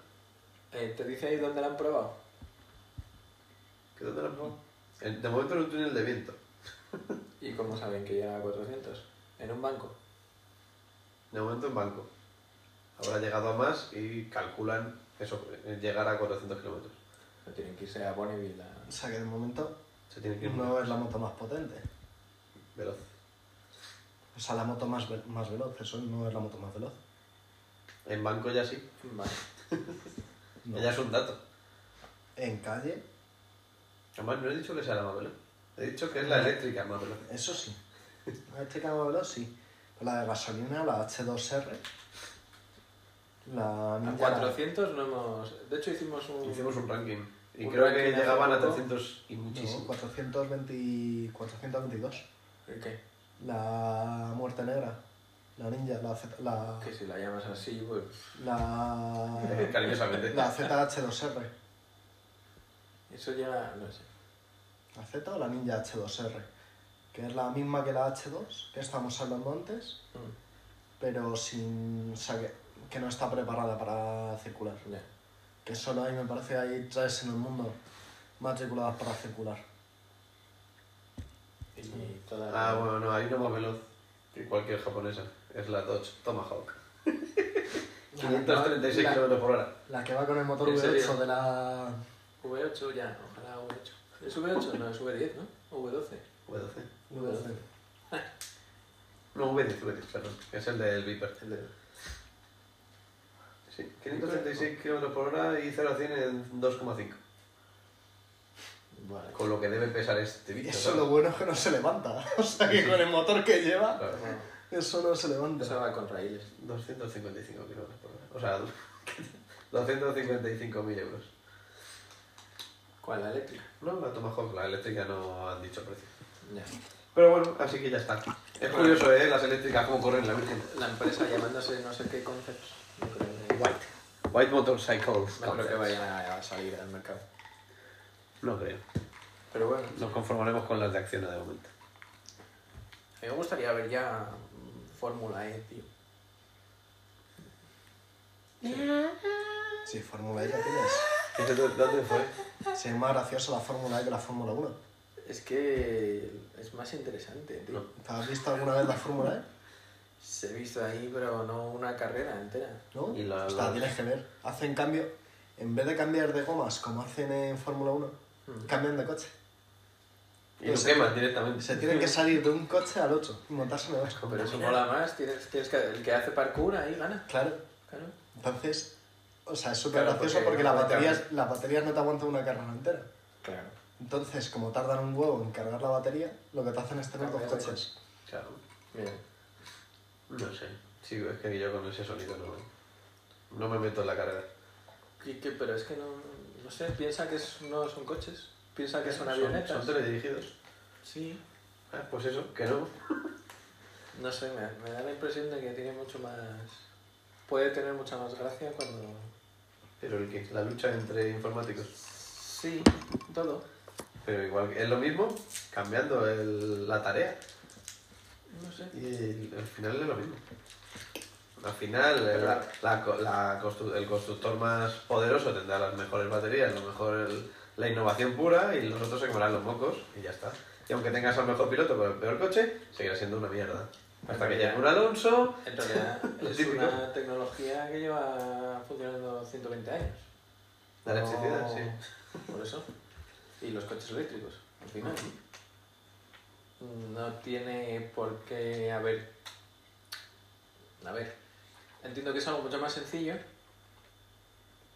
Eh, ¿Te dice ahí dónde la han probado? ¿Qué dónde la han probado? En- De momento en un túnel de viento. ¿Y cómo saben que llega a 400? ¿En un banco? De momento en banco. Habrá llegado a más y calculan eso, eh, llegar a 400 kilómetros. No tienen que irse a Bonneville a... O sea que de momento Se tiene que ir no es la moto más potente. veloz. O sea, la moto más, ve- más veloz, eso no es la moto más veloz. En banco ya sí. Vale. No. Ya es un dato. En calle, Además, no he dicho que sea la más veloz. He dicho que es la eléctrica más veloz. eso sí. La eléctrica más veloz, sí. Pero la de gasolina, la H2R, la A Ninja- 400 no hemos... De hecho hicimos un... Hicimos un ranking. Y Un creo ranking que hace llegaban a poco. 300 y no, muchísimo. 420 422. ¿El ¿Qué? La Muerte Negra, la Ninja, la Z... La, Que si la llamas así, pues... la, Cariñosamente. la ZH2R. Eso ya... no sé. ¿La Z o la Ninja H2R? Que es la misma que la H2, que estamos hablando antes, Mm, pero sin. O sea, que, que no está preparada para circular. ya. Que solo hay, me parece, hay tres en el mundo matriculadas para circular. Y toda... Ah, bueno, no, hay una más veloz que cualquier japonesa. Es la Dodge Tomahawk. 536 La- kilómetros por hora. La que va con el motor ¿En serio? V8 de la. V8 ya, ojalá V8. ¿Es V8? No, es V10, ¿no? O V12. V12. V12. No, V10, V10, perdón. Es el del Viper. El de... Sí, 536 km por hora y 0 a 100 en 2,5. Vale. con lo que debe pesar este Y bicho. eso ¿sabes? lo bueno es que no se levanta. O sea que con el motor que lleva, Claro. Bueno, eso no se eso levanta. va con raíles. 255 kilómetros por hora. O sea, 255.000 euros. ¿Cuál? ¿La eléctrica? No, la Tomahawk, la eléctrica no han dicho precio. Ya. Pero bueno, así que ya está. Es curioso, ¿eh? Las eléctricas, cómo corren la Virgen. La empresa llamándose no sé qué concepts. No creo que, White. White Motorcycles. no creo que vayan a salir al mercado. No creo. Pero bueno, Nos conformaremos con las de acción de momento. a mí me gustaría ver ya mm, Fórmula E, tío. Sí, Fórmula E ya tienes. ¿Dónde fue? Sí, es más graciosa la Fórmula E que la Fórmula 1. Es que es más interesante, tío. ¿Has visto alguna vez la Fórmula E? Se ha visto ahí, pero no una carrera entera. ¿No? Y la- O sea, la- tienes que ver. Hacen cambio. En vez de cambiar de gomas como hacen en Fórmula 1, Mm. cambian de coche. Y lo Se- queman directamente. Se tienen que salir de un coche al otro y montarse en el otro. Pero Ah, eso mola más, tienes, tienes que, el que hace parkour ahí gana. Claro. Claro. Entonces, o sea, es súper Claro, gracioso porque porque, no las, aguantan. baterías, las baterías no te aguantan una carrera entera. Claro. Entonces, como tardan un huevo en cargar la batería, lo que te hacen es tener dos Cambiar de coches. Claro. Bien. No sé. Sí, es que yo con ese sonido no, no me meto en la carrera. Y que- pero es que no, no sé, piensa que es- no son coches, piensa que son Son- avionetas. Son, teledirigidos. Sí, Ah, pues eso, que no. no sé, me, me da la impresión de que tiene mucho más... Puede tener mucha más gracia cuando... Pero el que, la lucha entre informáticos. Sí, todo. Pero igual, es lo mismo, cambiando el- la tarea. No sé. Y el- al final es lo mismo. Al final, eh, la- la co- la constru- el constructor más poderoso tendrá las mejores baterías, lo mejor el- la innovación pura y los otros se comerán los mocos y ya está. Y aunque tengas al mejor piloto con el peor coche, seguirá siendo una mierda. Hasta que llegue un Alonso. En realidad Lo es típico. una tecnología que lleva funcionando 120 años. La electricidad, No- sí. Por eso. Y los coches eléctricos, al final. No tiene por qué haber. A ver. Entiendo que es algo mucho más sencillo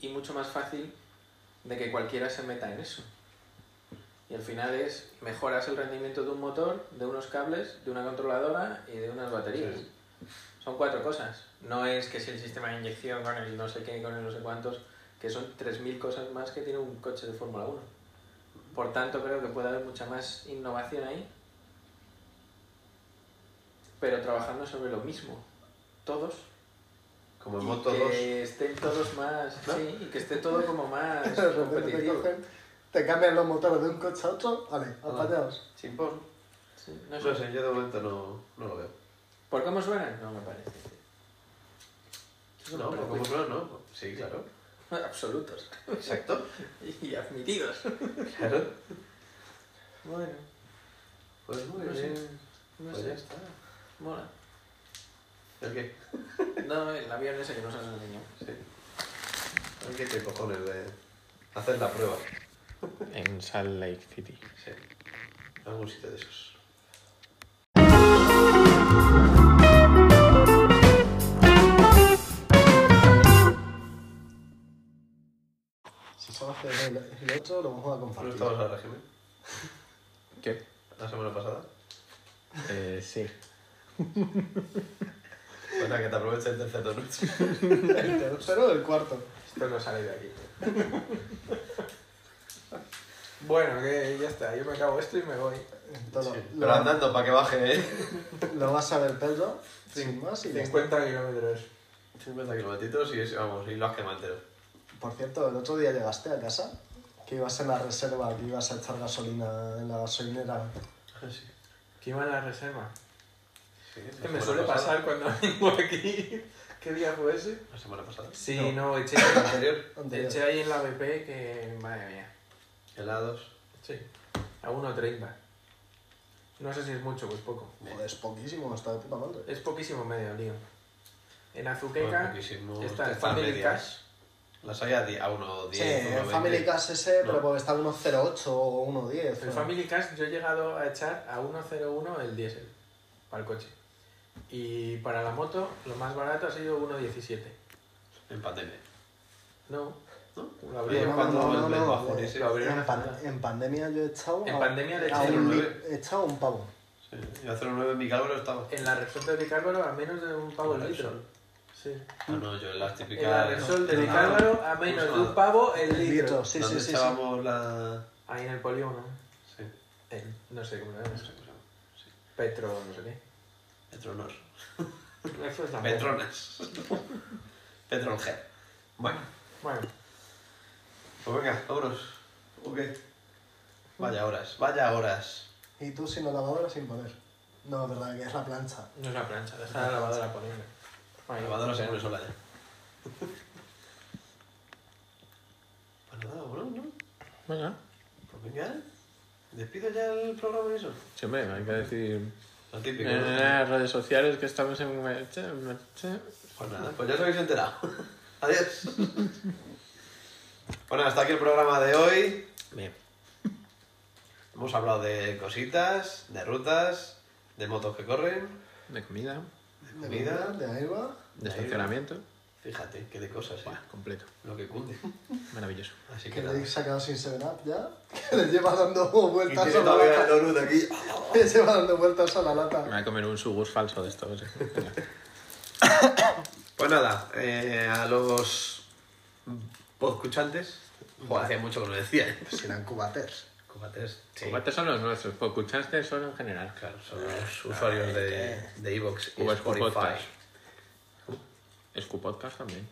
y mucho más fácil de que cualquiera se meta en eso. Y al final es mejoras el rendimiento de un motor, de unos cables, de una controladora y de unas baterías. Sí. Son cuatro cosas. No es que si el sistema de inyección con el no sé qué, con el no sé cuántos, que son 3.000 cosas más que tiene un coche de Fórmula 1. Por tanto, creo que puede haber mucha más innovación ahí, pero trabajando sobre lo mismo. Todos. Como en y Moto que 2. estén todos más. ¿No? Sí, y que esté todo como más De repente te competitivo. Ah. cogen, te cambian los motores de un coche a otro, vale, apañados. Chimpón. Sí, no No sé. sé, yo de momento no, no lo veo. ¿Por cómo suenan? No me parece. Son No, un poco como no, no. Sí, claro. Absolutos. Exacto. Y admitidos. Claro. Bueno, Pues muy No sé, bien. no Pues ya sé. está. Mola. ¿El qué? No, el avión ese que nos has enseñado. Sí. ¿El qué te cojones de hacer la prueba? En Salt Lake City. Sí. Algún sitio de esos. Si solo haces el, el otro, lo vamos a ¿No compartir. estabas al régimen ¿Qué? Eh, la semana pasada? sí. Pues nada, que te aproveches el tercer noche. El tercero del cuarto. Esto no sale de aquí. bueno, que ya está. Yo me acabo esto y me voy. Entonces, lo, Pero andando para que baje, ¿eh? lo vas a ver, Pedro, sin más y ya está. 50 kilómetros. 50 kilómetros y es- vamos, y lo has quemado entero. Por cierto, el otro día llegaste a casa, que ibas en la reserva, que ibas a echar gasolina en la gasolinera. Sí. Qué mala reserva. sí Es que Ah, me suele pasar cuando vengo aquí. ¿Qué día fue ese? La semana pasada. Sí, no, eché en el anterior. Anterior. Eché ahí en la BP que. Madre mía. Helados. Sí. A 1.30. No sé si es mucho o es poco. Joder, es poquísimo, está de puta madre. Es poquísimo medio, tío. En Bueno, Azuqueca poquísimo. está el Está a Family medias. Cash. Las hay a, di- a uno Sí, 10. el uno Family 20. Cash ese, No. pero porque está a 1.08 o 1.10. El ¿no? Family Cash yo he llegado a echar a 1.01 el diésel para el coche. Y para la moto lo más barato ha sido 1.17. En pandemia. No, Lo abrieron No, no, cuando no, no, el no, bajones, eh, lo abrieron en, pan- cuando- en pandemia yo he echado. En a- pandemia le he a echado un un li- nueve. he echado un pavo. Sí, yo a 0,9 en mi cálculo estaba. En la Repsol de Bicárbaro a menos de un pavo el litro. Repsol. Sí. Ah, no, yo en las típicas. En la Repsol de no, Bicárbaro a menos de un pavo el litro. Litro, sí, sí, donde sí. sí. echábamos la. Ahí en el polígono. Sí, En- no sé cómo lo no llamas. sé cómo se llama. Petro, no sé qué. Petronor. Eso es la Petronas. Petrolhead. Bueno, Bueno, pues venga, vámonos. Ok. Vaya horas, vaya horas. Y tú sin la lavadora sin poder. No, es verdad que es la plancha. no es la plancha, deja la lavadora poniendo. La Ahí. lavadora se pone sola ya. Pues nada, bueno, ¿no? Venga. Pues venga. Despido ya el programa y eso. Sí, hombre, hay que decir. Lo típico. ¿no? En las redes sociales que estamos en. Pues nada, pues ya os habéis enterado. Adiós. bueno, hasta aquí el programa de hoy. Bien. Hemos hablado de cositas, de rutas, de motos que corren, De comida, De Comida. comida, de aiva. de Ahí va. estacionamiento. Fíjate, qué de cosas, ¿eh? Buah, completo. Lo que cunde. Maravilloso. Así que Que nada. le he sacado sin 7-Up ya. Que le lleva dando vueltas Y a tiene la todavía el lata. donut aquí. Le lleva dando vueltas a la Me lata. voy a comer un sugus falso de esto. no sé. Venga. Pues nada, eh, a los podcuchantes. Joder, hace mucho que lo decía. ¿eh? Serán cubates. Comates. sí. Cubates son los nuestros, pues escuchaste son en general. Claro, son los usuarios de, de Evox y Cuba es Spotify. podcast. Escupodcast también,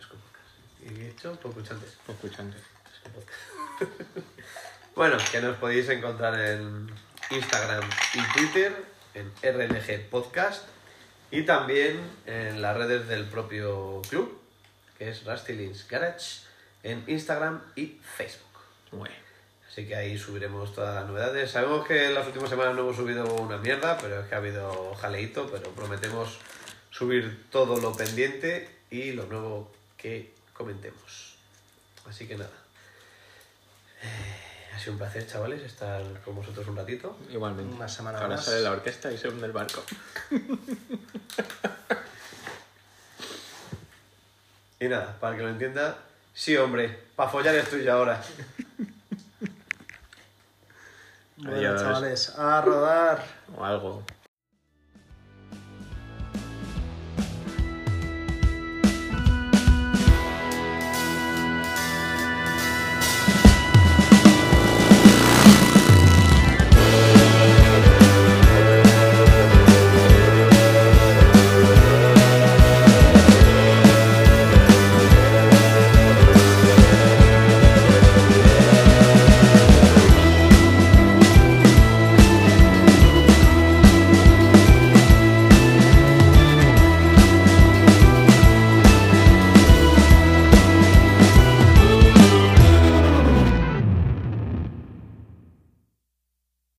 Y de hecho, podcuchantes. escuchantes. Bueno, que nos podéis encontrar en Instagram y Twitter, en RNG Podcast y también en las redes del propio club, que es Rusty Lynch Garage, en Instagram y Facebook. Bueno, Así que ahí subiremos todas las novedades. Sabemos que en las últimas semanas no hemos subido una mierda, pero es que ha habido jaleito, pero prometemos subir todo lo pendiente y lo nuevo que comentemos. Así que nada. Eh, ha sido un placer, chavales, estar con vosotros un ratito. igualmente. Una semana Ahora más. sale la orquesta y se hunde el barco. Y nada, para el que lo entienda, sí, hombre, para follar estoy yo ahora. Bueno, Adiós. chavales, a rodar. O algo.